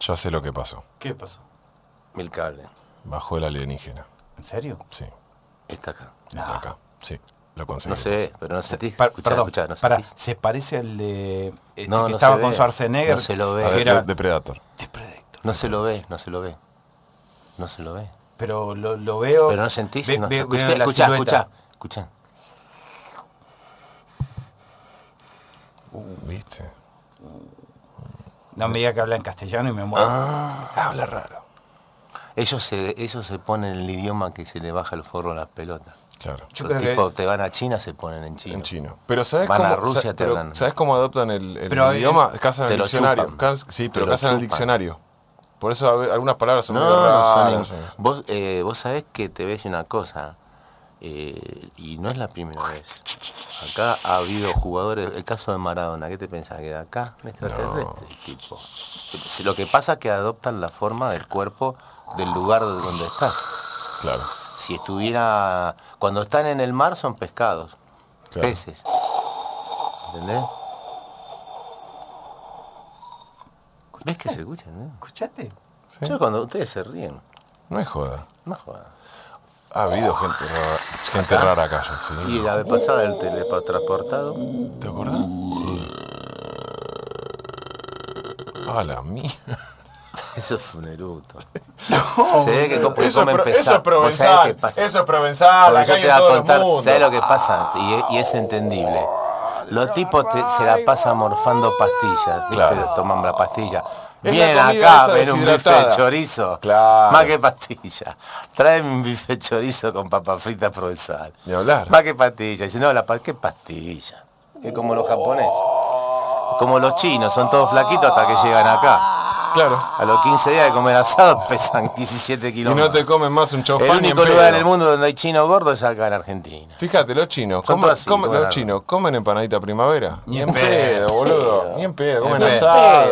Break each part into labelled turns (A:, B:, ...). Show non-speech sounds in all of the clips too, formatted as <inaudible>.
A: Ya sé lo que pasó.
B: ¿Qué pasó?
C: El cable.
A: Bajó el alienígena.
B: ¿En serio?
A: Sí.
C: Está acá.
A: Está acá. Sí. Lo
C: Ah. No
A: conseguimos.
C: se ve, pero no sentís.
B: Pa-
C: escuchá,
B: perdón,
C: escuchá, no
B: pará,
C: sentís.
B: se parece al de este
C: No,
B: que
C: no
B: estaba
C: se
B: con
C: ve.
B: Schwarzenegger.
C: No se lo ve.
B: que
C: A ver,
B: era
A: De- Depredator.
B: The Predator.
C: No se lo ve, no se lo ve. No se lo ve.
B: Pero lo, lo veo.
C: Pero no sentís.
B: ve-
C: no,
B: ve-
C: escuchá,
B: veo la
C: escuchá,
B: silueta.
C: escuchá, escuchá. Uh.
A: ¿Viste?
B: No me diga que habla en castellano y me muero.
C: Ah.
A: Habla raro.
C: Ellos se, ellos se ponen el idioma que se le baja el forro a las pelotas.
A: Claro.
B: Yo
C: Los
B: creo que-
C: tipos te van a China, se ponen en China.
A: En chino. Pero ¿sabes
C: Van
A: cómo,
C: a Rusia,
A: sa-
C: te
A: pero
C: hablan.
A: ¿sabes cómo adoptan el, el
B: Pero, eh,
A: idioma? Casan
C: te
A: el
C: lo
A: diccionario.
C: chupan.
A: Cas- sí,
C: Te
A: pero
C: lo
A: casan el
C: chupan.
A: diccionario. Por eso a ver, algunas palabras son
C: No,
A: medio
C: no son
A: raras.
C: in- Vos, eh, vos sabés que te ves una cosa, eh, y no es la primera vez. Acá ha habido jugadores, el caso de Maradona, ¿qué te pensás? ¿Que de acá? Un extraterrestre, tipo. Si- Lo que pasa es que adoptan la forma del cuerpo del lugar de donde estás.
A: Claro.
C: Si estuviera... Cuando están en el mar son pescados,
A: Claro.
C: peces. ¿Entendés? ¿Ves que se escuchan? eh?
B: ¿Escuchaste?
A: Sí.
C: Yo cuando ustedes se ríen,
A: No es joda.
C: no jodan.
A: Ha habido gente rara, gente rara acá, ya, sí.
C: Y la vez pasada el teletransportado. <laughs>
A: ¿Te acordás? Sí. A la mierda.
C: Eso fue
A: <laughs>
C: un eruto. se ve que como
A: Eso, es pro- eso es
C: ¿Sabes
A: Provenzal.
C: qué pasa?
A: Eso es Provenzal.
C: Porque
A: Acá
C: yo
A: hay Ah, en
C: te voy a
A: todos los
C: contar,
A: mundos.
C: ¿sabes lo que pasa? Y, y es entendible. Los tipos te- se la pasan morfando pastillas, ¿viste?
A: Claro.
C: Toman la pastilla.
A: Es la
C: Vienen
A: comida
C: acá,
A: esa
C: ven un bife
A: deshidratada.
C: de chorizo.
A: Claro.
C: Más que pastilla. Traen un bife de chorizo con papas fritas provenzal.
A: Ni hablar.
C: Más que pastilla. Dice, no, la pa ¿qué pastilla? Es como los japoneses. Como los chinos, son todos flaquitos hasta que llegan acá.
A: Claro.
C: A los 15 días de comer asado <laughs> pesan 17
A: Y no
C: kilómetros.
A: te comen más un
C: el
A: chofán ni en
C: único lugar en
A: pedo.
C: el mundo donde hay chino gordo es acá en Argentina.
A: Fíjate, los chinos,
C: Son
A: comen-
C: todas así,
A: comen-
C: bueno.
A: los chinos comen empanadita primavera. Ni en
C: pedo,
A: pedo, boludo. Ni en pedo, comen
C: Ni en
A: asado.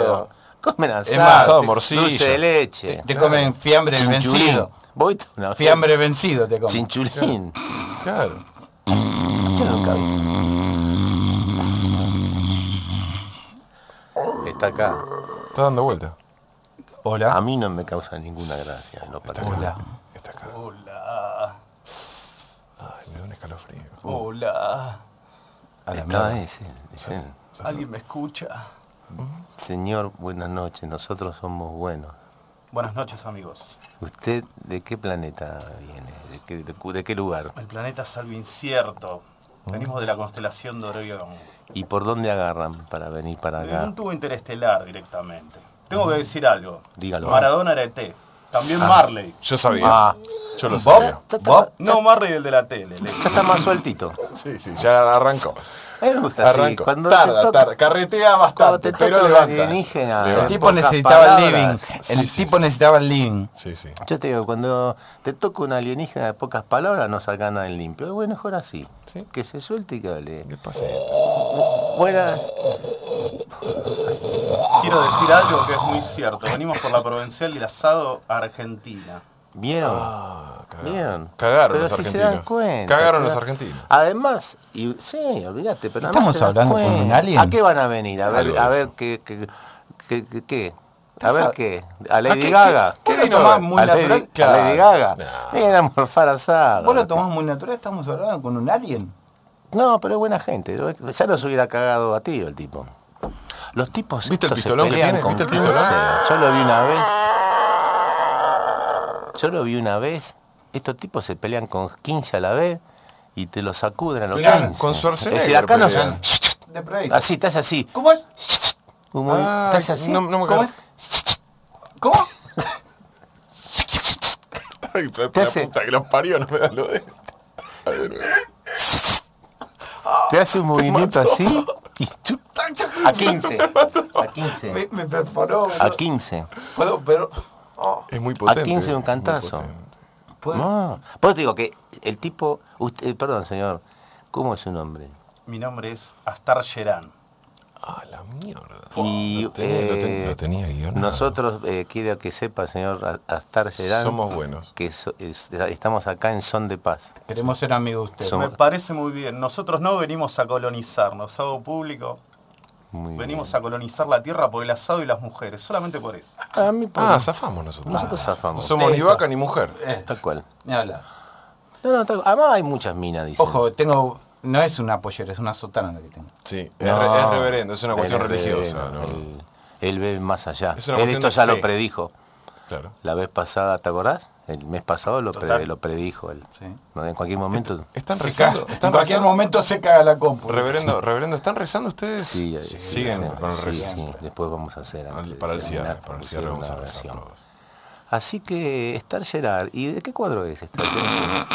C: pedo. Comen asado.
A: más, asado, morcilla.
C: Dulce de leche.
B: Te comen fiambre
C: Chinchulín.
B: vencido.
C: Vos viste una
B: Fiambre vencido te comen.
C: Chinchulín.
A: Claro.
C: Yo nunca vi. Está acá.
A: Está dando vuelta.
C: A
B: Hola.
C: mí no me causa ninguna gracia. en lo particular.
B: Hola.
A: Está acá.
B: Hola.
A: Ay, me da un escalofrío.
B: Hola. A la
C: Está,
B: mierda.
C: es él, es él.
B: ¿Alguien me escucha?
C: Señor, buenas noches. Nosotros somos buenos.
B: Buenas noches amigos.
C: ¿Usted de qué planeta viene? ¿De qué, de cu- de qué lugar?
B: El planeta es algo incierto.
C: Uh.
B: Venimos de la constelación de Orión.
C: ¿Y por dónde agarran para venir para
B: De un
C: acá?
B: tubo interestelar directamente. Tengo que decir algo.
C: Dígalo.
B: Maradona
D: E
B: era ET. También Marley.
A: Yo sabía.
C: Ah,
A: Yo lo sabía.
C: Ta- ta-
B: Bob, No, Marley el de la tele. le-
C: ya está más sueltito.
A: Sí, sí, ya arrancó.
C: A mí me gusta así.
A: Arrancó.
C: Cuando
A: tarda,
C: te toca-
A: tarda. Carretea
C: cuando
A: bastante,
C: te
A: pero
C: toca el
A: levanta.
C: alienígena,
A: Levanta.
B: El
C: En
B: tipo
C: pocas
B: necesitaba el living.
C: palabras.
B: El
A: Sí, sí,
B: tipo
A: sí.
B: necesitaba el living.
A: Sí, sí.
C: Yo te digo, cuando te toca un alienígena de pocas palabras no salga nada en limpio. Es bueno, mejor así.
A: Sí.
C: Que se suelte y que hable.
A: ¿Qué pasa?
C: Buena.
D: Quiero decir algo que es muy cierto. Venimos por la Provincial y el asado Argentina.
C: ¿Vieron? ¿Vieron?
A: Ah, Cagaron
C: Pero
A: los
C: si se
A: argentinos.
C: dan cuenta.
A: Cagaron
C: pero-
A: los argentinos.
C: Además, y, sí, olvídate, pero además
B: ¿Estamos
C: te das
B: hablando con
C: cuenta.
B: un alien?
C: ¿A qué van a venir? A ver,
A: Algo
C: a
A: de
C: ver
A: eso.
C: qué, qué, qué, qué- qué? A ver qué. A Lady
A: qué-
C: Gaga.
A: qué- qué vino
C: A
A: más
C: Lady-
B: muy
C: a Lady-
B: natural?
C: A
A: Claro.
C: Lady Gaga.
A: No.
C: Vienen a morfar asado. este
B: Vos lo tomás muy natural, estamos hablando con un alien.
C: No, pero es buena gente. Ya nos hubiera cagado a ti el tipo. Los tipos
A: ¿Viste el
C: estos se
A: pistolón que
C: pelean
A: tiene?
C: con
A: ¿Viste el pistolón?
C: cáncer. Yo lo vi una vez. Yo lo vi una vez. Estos tipos se pelean con 15 a la vez y te los sacuden a los
A: Pelean
C: 15.
A: con
C: Es
A: Schwarzenegger
C: decir, acá no
A: pelean.
C: son...
B: De Predator.
C: Así, estás así.
B: ¿Cómo es?
C: Como-
A: Ay,
C: estás así.
A: No, no
B: ¿Cómo
A: me cago.
B: es? ¿Cómo?
A: Ay, pero
C: Te
A: la
C: hace-
A: puta que los parió, no me dan lo de.
C: Te hace un movimiento así y
A: <laughs>
C: chup, a 15. A 15.
B: me perforó.
C: A 15.
B: Puedo, pero.
A: Es muy potente.
C: 15 un
A: muy
C: cantazo.
A: potente.
B: puedo-
C: No. Pues, Por eso te digo que el tipo... Usted, eh, perdón, señor. ¿Cómo es su nombre?
D: Mi nombre es Astar Gerán.
A: Ah, la mierda.
C: Y
A: lo tenía, lo ten-
C: eh,
A: lo tenía guionado.
C: nosotros eh, quiero que sepa, señor A- Astar Gerán,
A: Somos buenos.
C: que so- es- estamos acá en Son de Paz.
B: Queremos ser amigos de usted.
C: Somos-
D: Me parece muy bien. Nosotros no venimos a colonizarnos. Hago público.
C: Muy
D: Venimos a colonizar la tierra por el asado y las mujeres, solamente por eso.
C: A mí por-
A: Ah, zafamos nosotros.
C: Nosotros
A: No
C: zafamos.
A: somos ni
E: Esto.
A: vaca ni mujer.
E: Eh,
C: Tal cual.
E: ni hablar.
C: No, no, tal- Además hay muchas minas, dicen.
E: Ojo, tengo. No es una pollera, es una sotana la que tengo.
A: Sí, es,
C: No.
A: re- es reverendo, es una
C: Él
A: cuestión
C: es
A: religiosa.
C: reverendo,
A: ¿no?
C: Él, él ve más allá.
A: Es una
C: Él
A: cuestión
C: esto
A: de
C: ya lo
A: fe.
C: predijo.
A: Claro.
C: La vez pasada, ¿te acordás? El mes pasado lo, pre-
D: Total.
C: lo predijo él.
E: Sí.
C: No, En cualquier momento.
A: Están
E: Se
A: rezando.
E: cae-
A: Están
E: en cualquier
A: rezando.
E: momento se caga la compu.
A: Reverendo, reverendo, ¿están rezando ustedes?
C: Sí, eh, sí,
A: Siguen
C: sí,
A: con el
C: sí,
A: rezo.
C: sí. Después vamos a hacer. antes
A: Al-
C: de
A: Para el
C: terminar,
A: cierre, para el cierre
C: hacer
A: vamos a
C: una
A: rezar
C: oración.
A: todos.
C: Así que, Star Gerard, ¿y de qué cuadro
A: <clears throat>
C: es Star?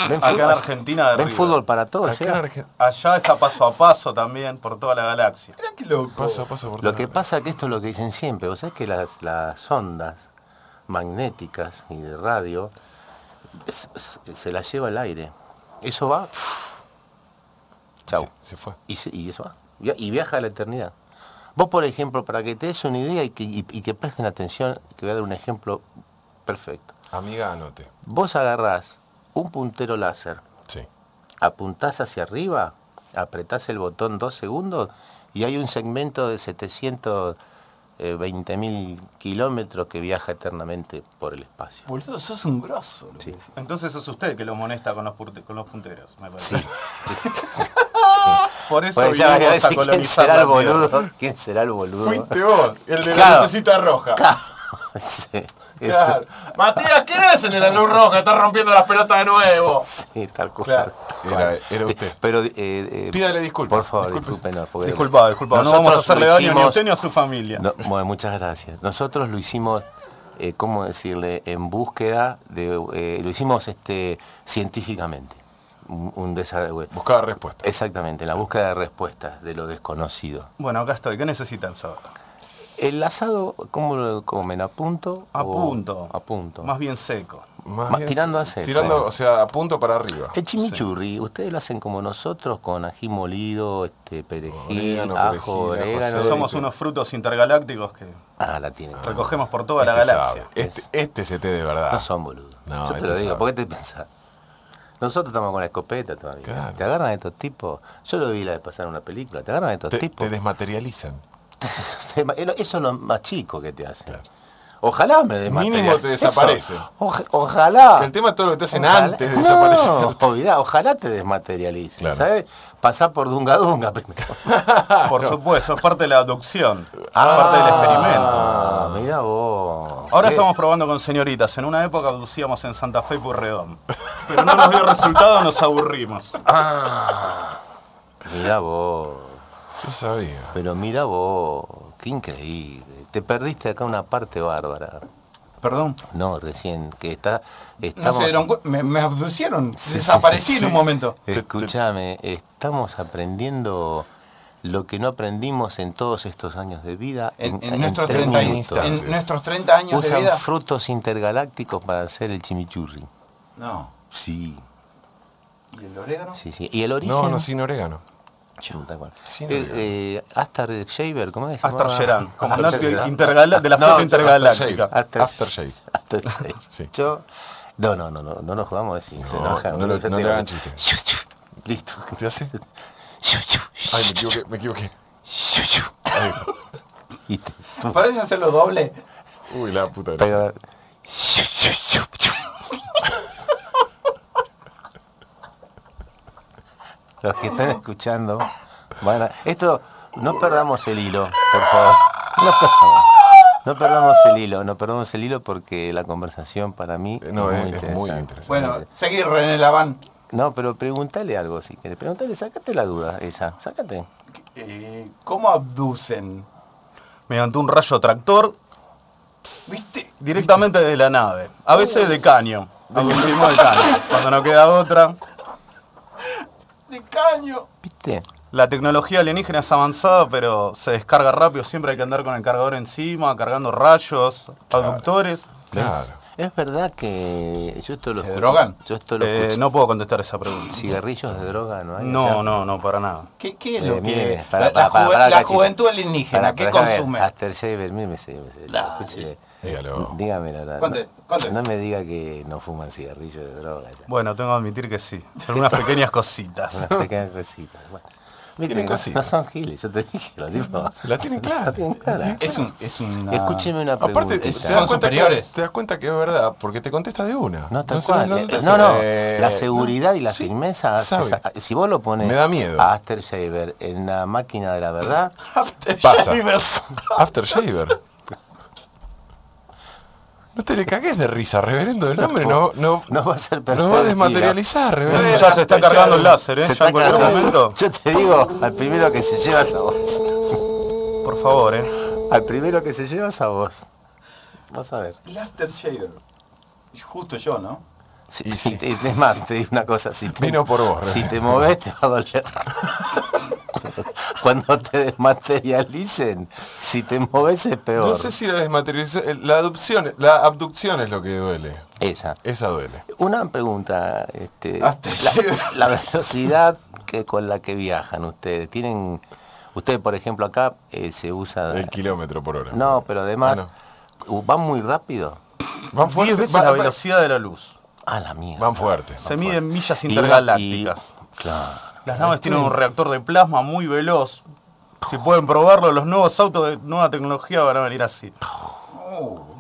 C: ¿Ven
D: Acá en
C: fútbol?
D: Argentina de
C: ¿Ven
D: River.
C: fútbol para todos?
A: Acá en
C: Gerard?
A: Argen-
D: Allá está paso a paso también por toda la galaxia.
E: Mirá qué loco.
A: Paso, paso por
C: Lo
A: todo.
C: que pasa que esto es lo que dicen siempre, o sea que las, las ondas magnéticas y de radio s- s- se las lleva el aire. Eso va. <sniffs> Chau.
A: Se, se fue.
C: Y, se- y eso va. via- Y viaja a la eternidad. Vos, por ejemplo, para que te des una idea y que, y- y que presten atención, que voy a dar un ejemplo perfecto.
A: Amiga, anote.
C: Vos agarrás un puntero láser,
A: Sí.
C: apuntás hacia arriba, apretás el botón dos segundos y hay un segmento de 720 mil kilómetros que viaja eternamente por el espacio.
E: Boludo, sos un grosso. lo que decís.
D: Entonces es usted que los molesta con los, purte- con los punteros, me parece.
C: Sí.
D: Por
C: <laughs>
D: eso
C: Pues ya vas
D: vinimos a
C: a decir, ¿Quién
D: colonizar
C: será el
D: la Tierra.
C: boludo? ¿Quién será el boludo?
E: Fuiste vos, el de la
C: Claro.
E: lucecita roja.
C: <laughs> Sí, eso.
E: Claro. Matías, ¿quién es el de la luz roja? Está rompiendo las pelotas de nuevo.
C: Sí, tal cual.
E: Claro.
A: Era, era usted.
C: Pero, eh, eh,
A: Pídale disculpas,
C: Por favor,
A: disculpe.
C: discúlpenos. porque-
D: Disculpado, disculpado. No
C: Nosotros
D: vamos a hacerle
C: lo
D: daño ni a
C: hicimos-
D: usted ni a su familia.
C: No, bueno, muchas gracias. Nosotros lo hicimos, eh, ¿cómo decirle? En búsqueda de... eh, lo hicimos este, científicamente. Un, un desa-
A: Buscaba respuesta.
C: eh, Exactamente, en la búsqueda de respuestas de lo desconocido.
D: Bueno, acá estoy. ¿Qué necesitan saber?
C: El asado, ¿cómo lo comen? ¿A punto?
D: A
C: o-
D: punto.
C: Oh, A punto.
D: Más bien seco.
A: Más
C: más
A: bien-
C: tirando Este a sexo.
A: Tirando, o sea, a punto para arriba.
C: El chimichurri, ustedes lo hacen como nosotros, con ají molido, este, perejil,
A: Orégano,
C: ajo,
A: perejil, ajo
C: orégano.
A: seco.
D: Somos unos frutos intergalácticos que
C: Ah, la tienen.
D: recogemos por toda la
A: Este
D: galaxia.
A: sabe. Este, este se te de verdad.
C: No son boludos.
A: No,
C: Yo te
A: este
C: lo digo,
A: sabe.
C: ¿por qué te pensás? Nosotros estamos con la escopeta todavía.
A: Claro.
C: Te agarran estos tipos. Yo lo vi la de pasar en una película. Te agarran estos
A: te,
C: tipos.
A: te desmaterializan.
C: <laughs> Se ma- Eso es lo más chico que te hacen.
A: Claro.
C: Ojalá me desmaterialice.
A: Mínimo te desaparece.
C: ojalá.
A: El tema es todo lo que te hacen
C: Ojalá-
A: antes de
C: Ah,
A: <laughs>
C: No,
A: desaparecer.
C: olvidá, ojalá te desmaterialice.
A: Claro.
C: ¿Sabes? Pasá por Dunga
A: <laughs>
C: Dunga primero.
D: Por supuesto, es parte de la abducción.
C: Ah,
D: parte del experimento.
C: Ah, mira vos.
D: Ahora
C: Qué-
D: estamos probando con señoritas. En una época abducíamos en Santa Fe y Purredón. Pero no nos dio resultado, nos aburrimos.
C: Ah, Mirá vos.
A: Yo sabía.
C: Pero mira vos. Qué increíble. Te perdiste acá una parte bárbara.
E: Perdón.
C: No, recién, que está.
E: No
C: Estamos,
E: se dieron cu- me, me abducieron,
C: Sí, sí,
E: desaparecí
C: sí,
E: en un
C: sí.
E: momento.
C: Escúchame, estamos aprendiendo lo que no aprendimos en todos estos años de vida.
E: En, en nuestros,
C: tres
E: 30, años-
C: minutos.
E: en nuestros 30 años
C: Usan
E: de vida.
C: frutos intergalácticos para hacer el chimichurri.
E: No.
C: Sí.
E: ¿Y el orégano?
C: Sí, sí. ¿Y el origen?
A: No, no, sin orégano.
C: Tal cual.
A: Sin
C: Eh,
A: orégano.
C: eh, Astar Shaver, ¿cómo es?
D: Hasta Gerán, comandante
C: Gerán.
D: intergala- de la flota intergaláctica.
A: Aftershave.
C: After-
A: Aftershave.
C: Aftershave.
A: Sí.
C: Yo, no, no, no, no, no nos jugamos a decir, se
A: No,
C: enojan.
A: no lo-
C: yo
A: no
C: te
A: le
C: digo,
A: hagan chistes.
C: "Shu, shu". Listo.
A: ¿Te hace?
C: Shu, shu,
A: Ay, me
C: shu,
A: equivoqué, me equivoqué.
C: shu, shu. Y te-
E: Parecen hacer los dobles.
A: Uy, la puta. de la-
C: pero- shu, shu, shu, shu. Los que están escuchando van a... Esto, no perdamos el hilo, por favor. No perdamos. No perdamos el hilo, no perdamos el hilo porque la conversación para mí
A: No,
C: es,
A: es-
C: muy
A: es muy interesante.
E: Bueno, seguí René Laván.
C: No, pero pregúntale algo si querés. Pregúntale, sácate la duda esa, sácate.
E: Eh, ¿Cómo abducen?
D: Mediante un rayo tractor
E: ¿Viste?
D: directamente desde la nave. A veces de caño. Abducimos de caño. Cuando no queda otra.
E: De caño.
C: ¿Viste?
D: La tecnología alienígena es avanzada, pero se descarga rápido. Siempre hay que andar con el cargador encima, cargando rayos, abductores.
C: ¿Ves?
A: Claro.
C: Es verdad que yo esto lo
E: ¿Se
C: escucho-
E: drogan?
C: Yo esto lo
D: Eh,
C: escucho-
D: no puedo contestar esa pregunta.
C: cigarrillos de droga, ¿no hay?
D: No, no, no, para nada.
E: ¿Qué, qué es
C: Eh,
E: lo que
C: mire, para-
E: la,
C: para-
E: la
C: para-
E: juve-
C: para
E: la
C: acá,
E: juventud
C: chicos.
E: alienígena?
C: Pará,
E: ¿Qué
C: pará, déjame ver.
E: consume?
C: After Shaver, míreme, ese- ese-
E: Dale.
C: escúcheme.
A: Dígalo.
C: Dígame la verdad.
E: ¿Cuánto es? ¿Cuánto
C: no,
E: es?
C: no me diga que no fuman cigarrillos de droga. ya. <laughs>
D: Bueno, tengo que admitir que sí. Son unas pequeñas cositas.
C: Unas pequeñas cositas, bueno. Viste,
A: Tienen
C: no-
A: casi-
C: No son giles, yo te dije, los tipos.
A: La tienen clara.
C: <laughs> La tienen clara.
D: Es un. Es una...
C: Escúcheme una pregunta.
A: Aparte, te das,
E: Son
A: cuenta que,
E: superiores.
A: te das cuenta que es verdad, porque te contesta de una.
C: No, tal
A: se-
C: cual.
A: no
C: Eh,
A: te-
C: No, no,
A: eh,
C: La seguridad y la
A: sí,
C: firmeza. hace
A: sabe.
C: esa- si vos lo pones
A: Me da miedo.
C: a Aster Shaver en la máquina de la verdad,
A: Pasa. After Shaver. No te le cagues de risa, reverendo. El nombre no, no,
C: no va a ser
A: nos
C: perfecto.
A: va a desmaterializar, reverendo.
D: Ya se está cargando el láser, ¿eh?
C: Se
D: ya
C: está
D: en cualquier
C: cagando.
D: momento.
C: <laughs> Yo te digo, al primero que se lleva es a vos.
D: Por favor, ¿eh?
C: Al primero que se lleva es a vos. Vas a ver.
B: El aftershaver. Justo yo, ¿no?
C: Si- te- Es más, te digo una cosa. Si te,
A: Vino por vos,
D: ¿eh?
C: si te moves te va a doler. Cuando te desmaterialicen, si te moves es peor.
A: No sé si la desmaterialización, la adopción, la abducción es lo que duele.
C: Esa.
A: Esa duele.
C: Una pregunta, este,
D: Ah,
A: Hasta llegar.
C: la, la velocidad que con la que viajan ustedes, tienen, usted por ejemplo acá eh, se usa,
A: El kilómetro por hora.
C: no, pero además
A: Ah,
C: uh, van muy rápido,
A: Van
D: Diez
A: fuertes.
D: veces la
A: Van,
D: velocidad de la luz.
C: a la mierda.
A: van fuertes.
D: Se miden millas
C: Y una- y-
D: intergalácticas.
C: claro.
D: Las naves tienen un reactor de plasma muy veloz. Si pueden probarlo, los nuevos autos de nueva tecnología van a venir así.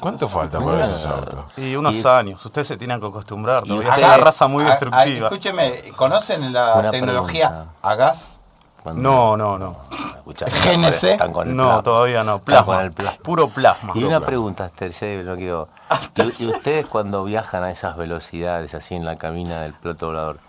A: ¿Cuánto falta para esos autos?
D: Y unos
C: Y-
D: años. Ustedes se tienen que acostumbrar. todavía Es
C: ustedes-
D: una raza muy
F: A- a-
D: destructiva.
F: escúcheme, ¿conocen la
C: Una
F: tecnología
C: pregunta.
F: a gas?
C: Cuando-
D: No, no, no. <laughs>
C: escuchá,
F: GNC.
C: están con el
D: No,
C: plasma.
D: todavía no.
C: Están con
D: Plasma.
C: el plasma.
D: Puro plasma.
C: Y una pregunta, Tercer, no quiero. Y, y ustedes cuando viajan a esas velocidades, así en la cabina del piloto volador,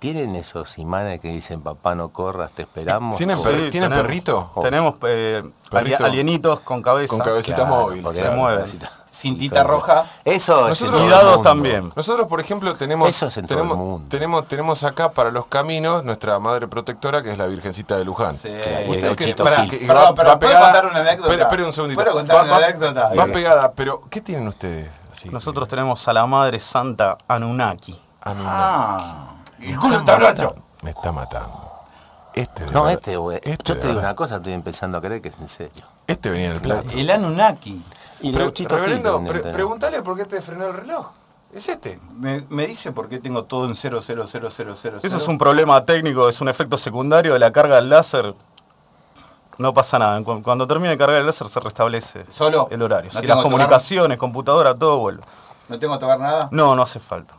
C: ¿tienen esos imanes que dicen papá no corras, te esperamos?
A: ¿Tienen
C: O-
A: per-
D: Sí,
A: ¿Tiene
D: tenemos-
A: perrito?
D: Tenemos eh,
A: Perrito.
D: ali- alienitos con cabeza.
A: Con cabecita móvil.
C: porque
A: claro.
D: se mueve.
F: Cintita roja.
C: Eso es en
A: Nosotros-
C: todo
D: Y
C: el
D: dados
C: mundo.
D: también.
A: Nosotros, por ejemplo, tenemos,
C: Eso es en todo
A: tenemos,
C: el mundo.
A: tenemos tenemos acá para los caminos nuestra madre protectora que es la Virgencita de Luján.
F: Sí.
A: Usted
C: Y
A: que-
C: el gauchito
A: pará,
C: Gil.
A: que-
F: Perdón,
A: va-
F: pero
A: va
F: ¿puedo
A: pegada-
F: contar una anécdota?
A: Espera, espera un segundito.
F: ¿Puedo contar
A: Va-
F: una
A: va-
F: anécdota?
A: Va
F: Bien.
A: pegada, pero ¿qué tienen ustedes? Así
D: Nosotros tenemos a la Madre Santa Anunnaki.
A: Ah, no, no.
F: Ah, el culo está blanco.
A: Me está matando. Este de
C: No,
A: verdad-
C: este, güey.
A: este
C: Yo
A: de
C: te digo
A: verdad.
C: una cosa, estoy empezando a creer que es en serio.
A: Este venía en el plato.
F: El Anunnaki.
C: Y
A: Pre-
C: Gauchito Gil
A: reverendo,
C: también
A: pre-
C: tenemos.
A: pregúntale por qué te frenó el reloj. Es este.
F: Me, me dice por qué tengo todo en 0, 0, 0, 0, 0.
D: Eso es un problema técnico, es un efecto secundario de la carga del láser. No pasa nada. Cu- Cuando termine de cargar el láser se restablece
F: Solo.
D: el horario. Sí,
F: No tengo
D: las
F: que
D: comunicaciones, computadora, todo vuelve.
F: ¿No tengo que tocar nada?
D: No, no hace falta.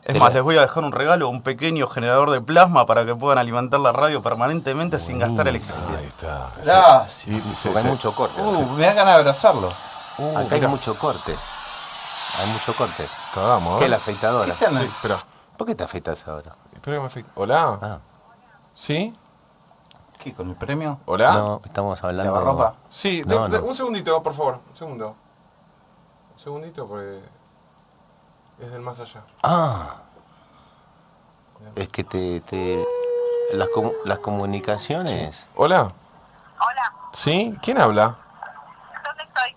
D: Es
C: Pero-
D: más, les voy a dejar un regalo, un pequeño generador de plasma para que puedan alimentar la radio permanentemente sin gastar electricidad.
A: Ahí está.
F: Gracias.
A: Y se-
C: Hay
A: se-
C: mucho corte.
F: Uh, me dan ganas de abrazarlo.
A: Uh,
C: Acá hay mucho corte. Hay mucho corte.
A: Cagamos,
C: ¿Qué es la
A: ¿eh?
F: ¿Qué
C: afeitadora?
F: están ahí?
A: Espera,
C: ¿Por qué te afeitas ahora?
A: espera que me afecte. ¿Hola?
C: Ah.
A: ¿Sí?
F: ¿Qué, con el premio?
A: ¿Hola?
C: No, estamos hablando...
F: ¿Lavarropa?
A: Sí, de-
C: No,
A: de-
C: no.
A: un segundito, por favor. Un segundo. Un segundito porque es del más allá.
C: Ah. Es que te... te- Las, comu- las comunicaciones...
A: Hola. Hola. ¿Sí? ¿Quién habla? ¿Dónde estoy?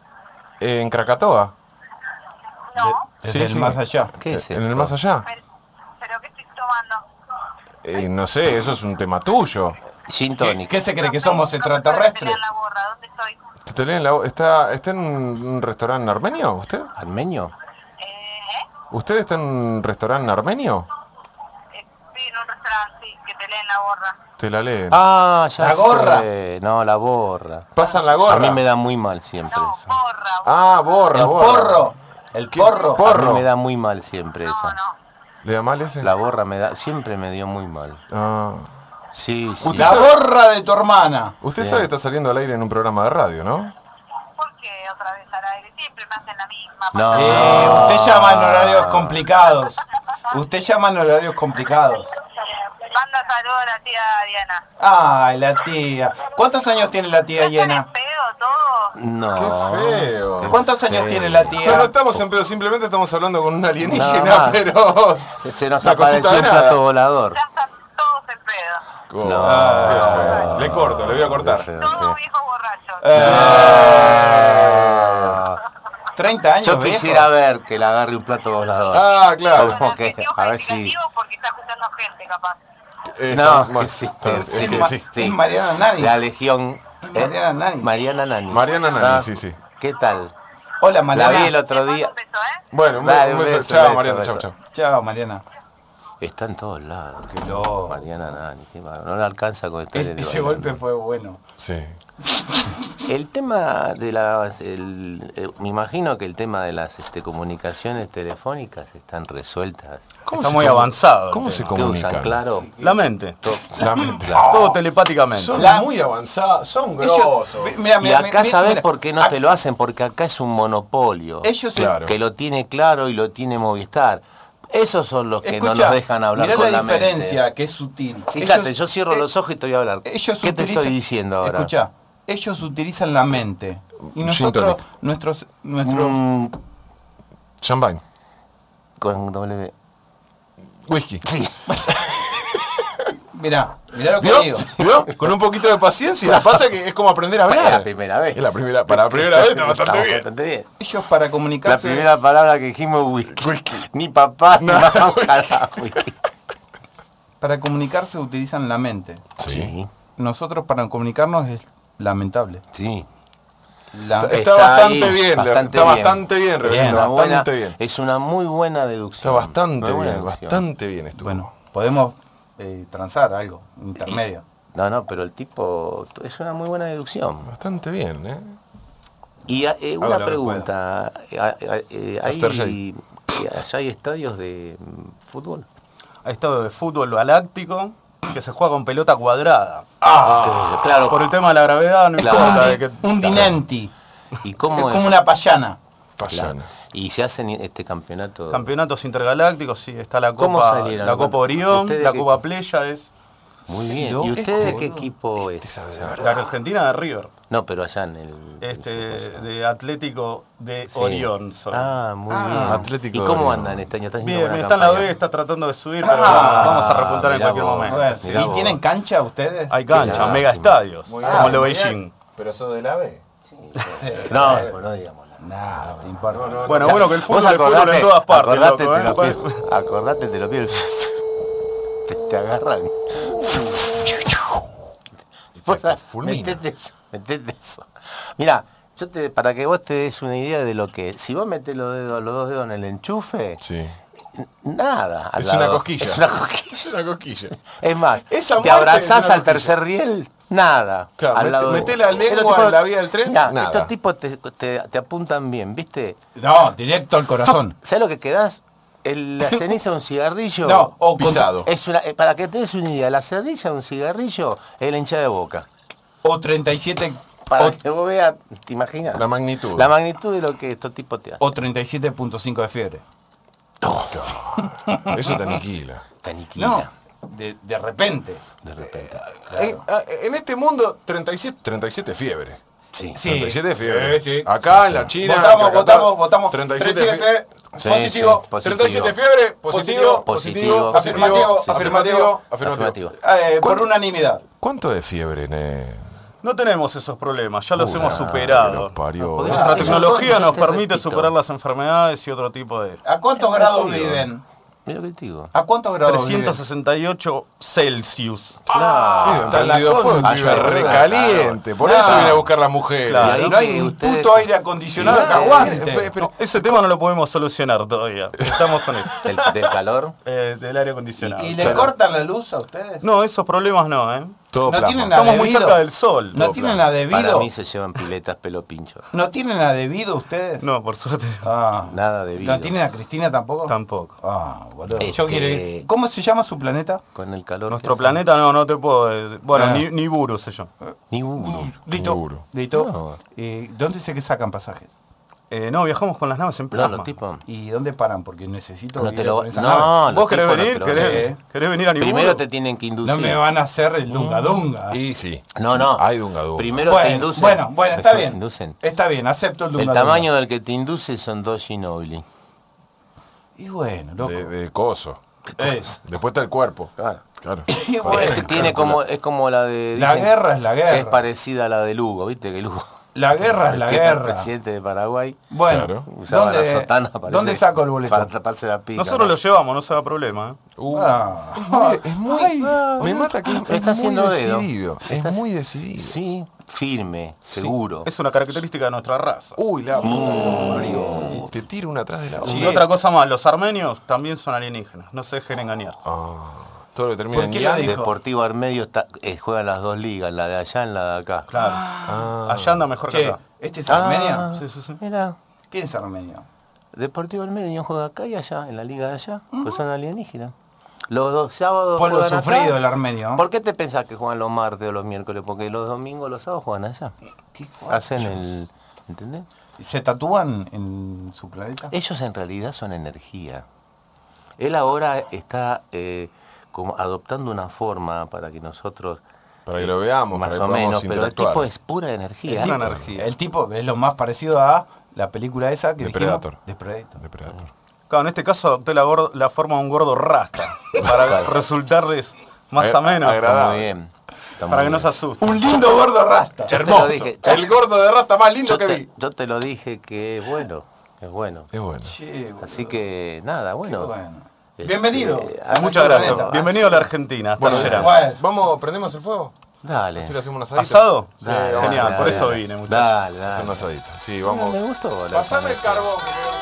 A: en Krakatoa.
D: Eh,
G: No,
A: Sí,
F: Desde el
A: sí.
F: más allá.
C: ¿Qué es
A: ¿En el
C: esto?
A: más allá?
G: pero, pero ¿qué estoy tomando?
A: Eh, no sé, eso es un tema tuyo.
C: Gin
F: ¿Qué,
C: tonic.
F: qué se cree que somos
G: No, no, pero
F: extraterrestres?
G: tenía la gorra, ¿dónde estoy?
A: ¿Te- te leen la voz? ¿Está, ¿Está en un un restaurante armenio usted?
C: ¿Armenio?
G: Eh,
A: ¿Usted está en un restaurante armenio?
C: Ah.
G: eh, sí, en un restaurante, sí, que te leen la gorra.
A: Te la leen.
C: Ah, ya
F: ¿La
C: sé.
F: gorra?
C: No, la borra.
A: Pasan la
C: A
A: gorra.
C: mí me da muy mal siempre
G: No,
C: eso.
G: gorra,
A: Ah, borra,
F: El
A: borra.
F: porro. El porro.
A: por-
C: A
A: porro.
C: mí me da muy mal siempre
G: no,
C: esa.
G: no.
A: ¿Le da mal ese?
C: La borra me da, siempre me dio muy mal.
A: Ah.
C: Sí, sí.
A: Usted
F: La borra de tu hermana.
A: Usted sabe que está saliendo al aire en un programa de radio, ¿no?
G: ¿Por qué otra vez al aire? Siempre me hacen la misma.
C: No.
F: Eh,
C: Ah.
F: usted llama en horarios complicados. Usted llama en horarios complicados.
G: Manda saludos a la tía Diana.
F: Ay, la tía. ¿Cuántos años tiene la tía Yena?
G: Feo todo.
C: No.
A: Qué feo.
F: ¿Cuántos años tiene la tía?
A: No, no estamos en pedo, simplemente estamos hablando con un
C: Nada
A: alienígena,
C: más.
A: pero...
C: Se nos
A: Una
C: apareció
A: cosita
C: un
A: de nada.
C: plato volador.
G: Ya están todos en pedo.
A: Oh, qué feo. Le corto, le voy a cortar.
C: Qué feo,
G: Todos
C: sí.
G: viejos borrachos.
C: Eh,
F: ¿30 años?
C: Yo
F: viejo?
C: quisiera ver que le agarre un plato volador.
A: Ah, claro.
C: ok,
G: Calificativo
C: a ver si-
G: porque está escuchando gente, capaz.
A: Eh,
C: No,
A: está-
C: que sí,
A: está-
C: sí,
A: es
F: Es
A: que
F: Ma-
A: sí.
F: es Mariana Nari.
C: La legión... ¿eh?
F: Mariana Nani.
C: Mariana Nani.
A: Mariana Nani,
C: Ah,
A: sí, sí.
C: ¿Qué tal? La
F: Hola,
C: vi el
F: Mariana.
C: otro día.
G: Un beso, ¿eh?
A: Bueno, un,
C: Dale,
A: un
C: un
A: beso.
C: beso,
A: Chao,
C: beso,
A: Mariana,
C: beso.
A: chao, chao.
F: Chao, Mariana.
C: Está en todos lados.
F: Qué loco.
C: Mariana Nani, qué bárbaro. no le alcanza con este.
F: Es- ese golpe fue bueno.
A: Sí.
C: El tema de las... el- eh, me imagino que el tema de las este, comunicaciones telefónicas están resueltas.
D: Está
A: se
D: muy
A: comu-
D: avanzado el
A: ¿Cómo se
D: tema.
C: ¿Qué usan?
A: comunican?
C: Claro.
D: La mente.
A: La-
D: Todo telepáticamente.
B: Son
F: La-
B: muy avanzados, son
F: Ellos,
B: grosos.
F: ve- mira,
C: Y
F: mira,
C: acá
F: mira,
C: sabes
F: mira.
C: por qué no
F: Ah,
C: te lo hacen, porque acá es un monopolio.
F: Ellos
A: Claro.
C: Que lo tiene claro y lo tiene Movistar. Esos son los que
F: escucha,
C: no nos dejan hablar
F: mirá la
C: solamente.
F: diferencia que es sutil.
C: Fíjate,
F: Ellos-
C: yo cierro
F: eh,
C: los ojos y te voy a hablar.
F: Ellos
C: ¿Qué te
F: utilizan-
C: estoy diciendo ahora?
F: Escucha, ellos utilizan la mente. Y
A: Gin
F: nosotros,
A: tonic.
F: nuestros, nuestro,
C: Mm,
A: Champagne.
C: con W.
A: Whisky.
C: Sí.
F: mirá, mirá lo que
A: ¿Vio?
F: digo.
A: ¿Vio? Con un poquito de paciencia. Pasa que es como aprender a hablar.
C: Es la primera vez.
A: Es la primera, para la
C: <laughs>
A: primera vez está bastante
C: Estamos
A: bien.
C: bastante bien.
F: Ellos para
C: La
F: comunicarse.
C: primera palabra que dijimos whisky. Ni papá,
A: <laughs>
C: ni mamá, carajo, whisky.
F: Para comunicarse utilizan la mente.
A: Sí.
F: Nosotros para comunicarnos es lamentable.
C: sí.
F: La-
A: Está- bastante bien, está bastante bien, Rebelino,
C: una buena-
A: bastante bien.
C: Es una muy buena deducción.
A: Está bastante
C: Muy buena
A: bien,
C: deducción.
A: bastante bien estuvo.
F: bueno, podemos eh, transar algo, intermedio.
C: No, no, pero el tipo es una muy buena deducción.
A: Bastante bien, ¿eh?
C: Y ah, eh,
F: Hago
C: una
F: lo que
C: pregunta, eh, ah, eh, eh,
A: After
C: ¿hay,
A: shave.
C: eh, allá hay estadios de mm, fútbol?
D: Hay estado de fútbol galáctico que se juega con pelota cuadrada.
A: Ah,
C: Que- claro.
D: Por el tema de la gravedad, no
C: Claro.
D: importa.
C: Ah,
D: de que-
F: Un dinenti.
C: ¿Y
F: Es
C: cómo es?
F: como una payana.
C: Claro.
A: Payana.
C: Y se hacen este campeonato.
D: Campeonatos intergalácticos, sí, está la
C: ¿Cómo
D: Copa,
C: salieron?
D: la Copa Orión,
C: ¿Ustedes
D: la
C: qué-
D: Copa Pléyades,
C: Muy bien. ¿Y ustedes
A: Este
C: qué equipo es?
D: la Argentina de River,
C: No, pero allá en el.
D: este,
C: en su cosa.
D: de Atlético de
C: Sí.
D: Orión. son.
C: Ah, muy bien.
A: Atlético
C: ¿Y
A: de
C: cómo
A: Orión.
C: andan este año? ¿Están haciendo
D: Bien,
C: buena
D: está en la
C: campaña?
D: B, está tratando de subir, pero
F: Ah,
D: vamos a repuntar en
C: mirá
D: cualquier
C: vos.
D: momento.
C: Bueno, mirá
F: ¿Y
C: vos.
F: tienen cancha ustedes?
D: Hay cancha,
C: Qué
D: mega
C: lástima.
D: estadios, como lo Beijing.
B: Pero sos de la B.
C: No, pues no, no digamos.
F: Nah, te importa.
D: Bueno, bueno, que el fútbol es fútbol en todas partes,
C: Acordate,
D: loco,
C: te
D: ¿eh?
C: lo pido. Acordate, te lo pido. Te, te agarran. Vos sabés,
A: fulmina.
C: Metete eso, metete eso. Mira, yo te, para que vos te des una idea de lo que es, si vos metés los, dedos, los dos dedos en el enchufe,
A: Sí.
C: n- nada. al
A: Es una
C: lado.
A: cosquilla.
C: Es una cosquilla.
A: <laughs> Es una coquilla.
C: Es más,
A: Esa muerte
C: te
A: es
C: abrazás
A: una
C: al tercer riel, nada.
A: Claro,
C: al
A: mete-
C: lado de
A: mete
C: vos.
A: la
C: Estos
A: lengua en la vía del tren,
C: mirá,
A: nada.
C: Estos tipos te, te- te apuntan bien, ¿viste?
F: No, directo al corazón.
C: ¿Sabes lo que quedás?
A: <laughs>
C: El- la ceniza de un cigarrillo.
F: No, o con-
A: Pisado.
C: Es una, eh, para que te des una idea, la ceniza de un cigarrillo es la hinchada de boca.
F: o 37
C: Para
F: o-
C: que vos veas, te imaginas.
A: La magnitud.
C: La magnitud de lo que estos tipos te hacen.
F: o 37.5 de fiebre.
A: Eso te aniquila.
C: Te aniquila,
F: No, de, de repente.
C: de repente.
A: Eh, ah, En este mundo, 37, 37 fiebre.
C: Sí.
F: Sí.
A: 37 fiebre.
F: Eh, sí.
A: Acá en la China.
F: Votamos,
A: en Krakatau,
F: votamos, votamos.
A: 37
F: 37
A: fiebre.
C: Sí,
A: positivo.
C: sí, positivo.
A: 37 fiebre. Positivo.
C: Positivo,
A: Positivo.
F: positivo,
A: Afirmativo.
F: afirmativo,
A: Afirmativo. afirmativo.
C: afirmativo.
F: Eh, por
A: ¿Cuánto?
F: unanimidad.
A: ¿Cuánto de fiebre, ne?
D: No tenemos esos problemas, ya los hemos
A: Que
D: superado.
A: lo parió.
C: porque
D: Nuestra
C: Ah,
D: tecnología
C: eso-
D: nos
C: te
D: permite
C: repito.
D: superar las enfermedades y otro tipo de...
F: ¿A cuántos grados viven?
C: Mira lo que te digo.
F: ¿A cuántos grados viven?
D: 368 Celsius.
A: Ah, está
F: la
A: prendido fuego,
F: concha.
A: estuve
C: Claro,
A: recaliente. Por
F: claro.
A: eso viene a buscar la mujer.
D: Claro.
C: Y ahí
F: No hay
C: que
F: un
C: ustedes-
F: puto aire acondicionado que
C: Claro.
F: aguante.
D: No, ese tema no lo podemos solucionar todavía. Estamos con él.
F: <laughs>
C: Del, del
A: <laughs>
C: calor.
D: Eh, del aire
F: ¿Y,
D: acondicionado.
F: y le cortan la luz a ustedes?
D: No, esos problemas no, ¿eh?
A: Todo
F: No
A: plasma.
F: tienen nada.
D: Estamos muy
F: debido.
D: cerca del sol.
F: ¿No tienen
C: Para
F: adebido?
C: mí se llevan piletas pelo pincho.
F: ¿No tienen adebido ustedes?
D: No, por suerte no.
F: Ah.
C: Nada debido.
F: ¿No tienen a Cristina tampoco?
D: tampoco.
F: Ah, boludo.
C: Este-
F: Yo quiero ir. ¿Cómo se llama su planeta?
C: Con el calor.
D: Nuestro
C: que hace.
D: planeta no, no te puedo... eh, Bueno,
F: Ah.
D: ni, ni Buru sé yo.
C: Ni uno.
F: Listo.
A: Seguro.
F: Listo.
C: No.
F: Eh, ¿Dónde sé que sacan pasajes?
D: Eh, no, viajamos con las naves en
C: No,
D: plasma.
C: los tipos.
F: ¿Y dónde paran? Porque necesito.
C: No
F: ir
C: te lo-
F: con esa
C: no,
F: nave.
C: los
D: ¿Vos querés
C: tipos no
D: venir?
C: te lo
D: ¿Querés,
F: sé.
D: querés venir a Nibiru?
C: Primero te tienen que inducir.
F: No me van a hacer el dunga dunga.
A: Y sí.
C: No, no.
A: Hay dunga dunga.
C: Primero te
F: Bueno,
C: inducen.
F: bueno, bueno, está
C: Después te
F: bien.
C: inducen.
F: Está bien, acepto el dunga
C: El
F: dunga.
C: tamaño del que te induce son dos Ginobili.
F: Y bueno, loco.
A: De, de coso.
F: Eh,
A: Después está el cuerpo. Claro.
C: <laughs>
F: Y
A: Para
F: bueno,
A: que
C: este
A: calcular.
C: Tiene como, es como la de.
F: la
C: dicen
F: guerra es la
C: que es
F: guerra.
C: parecida a la de Lugo, viste que Lugo.
F: La guerra es la
C: <laughs> que era el
F: guerra.
C: presidente de Paraguay.
A: Claro.
F: Bueno,
C: Usaba
F: ¿dónde,
C: la sotana parece,
F: ¿dónde saco el boleto?
C: Para taparse la pica.
D: Nosotros
C: ¿no?
D: lo llevamos, no se da problema. ¿eh?
A: Uh,
F: Ah.
C: <laughs>
A: es muy. me mata que es,
C: Está
A: es muy
C: haciendo dedo.
A: decidido.
C: Está-
A: Es muy decidido.
C: Sí, firme, seguro.
A: Uh,
D: Es una característica de nuestra raza.
A: Uy, la.
C: Mm.
A: Uh, te tiro una atrás de la otra.
D: Y otra cosa más, los armenios también son alienígenas, no se dejen engañar.
A: Todo lo que termina en
F: qué la
A: Ian.
F: dijo?
C: Deportivo Armedio está, eh, juega en las dos ligas, la de allá y la de acá.
D: Claro. Allá anda mejor que
F: Che,
D: acá.
F: ¿este es
C: Ah.
F: Armenia?
D: Sí, sí, sí.
C: Mira,
F: ¿Quién es Armenia?
C: Deportivo Armedio juega acá y allá, en la liga de allá, pues son alienígenas. Los dos sábados
F: Polo
C: juegan acá.
F: sufrido el armenio.
C: ¿Por qué te pensás que juegan los martes o los miércoles? Porque los domingos, los sábados juegan allá. Hacen el... ¿Entendés?
F: ¿Se tatúan en su planeta?
C: Ellos en realidad son energía. Él ahora está eh, como adoptando una forma para que nosotros,
A: Para que lo veamos,
C: más
A: para que
C: o
A: podamos
C: menos, pero el
A: interactuar.
C: tipo es pura energía.
D: Es una energía.
F: El tipo es lo más parecido a la película esa que dijimos.
A: Predator.
F: Predator.
A: Depredador.
D: Claro, en este caso adopté la, gor- la forma de un gordo rasta, para resultarles más
A: Ag-
D: ameno,
A: agradable.
C: Está muy bien. está muy
D: para que no
C: bien.
D: se asusten.
F: Un lindo gordo rasta.
C: Yo te lo
A: Hermoso.
C: dije, yo-
A: el gordo de rata más lindo
C: yo,
A: que
C: te,
A: vi.
C: yo te lo dije que es bueno, es bueno.
A: Es bueno.
F: Che, boludo,
C: Así que nada,
F: qué
C: bueno.
F: bueno.
C: Este,
F: Bienvenido.
C: así
D: Muchas gracias.
C: que-
D: Bienvenido a la Argentina. Hasta
A: Bueno,
D: Gerard.
F: Bueno.
A: vamos, prendemos el fuego.
C: Dale.
A: Así le hacemos un asadito.
D: ¿Asado?
A: Sí,
C: Dale,
A: vamos a
D: Genial,
A: hacer
D: por
A: un
D: eso
A: asadito.
D: vine, muchachos.
C: Dale,
A: Hacer un
C: dale.
A: asadito. Sí,
C: No,
A: vamos.
C: Me gustó. la
A: Pasame el
C: conversa.
A: carbón. que me-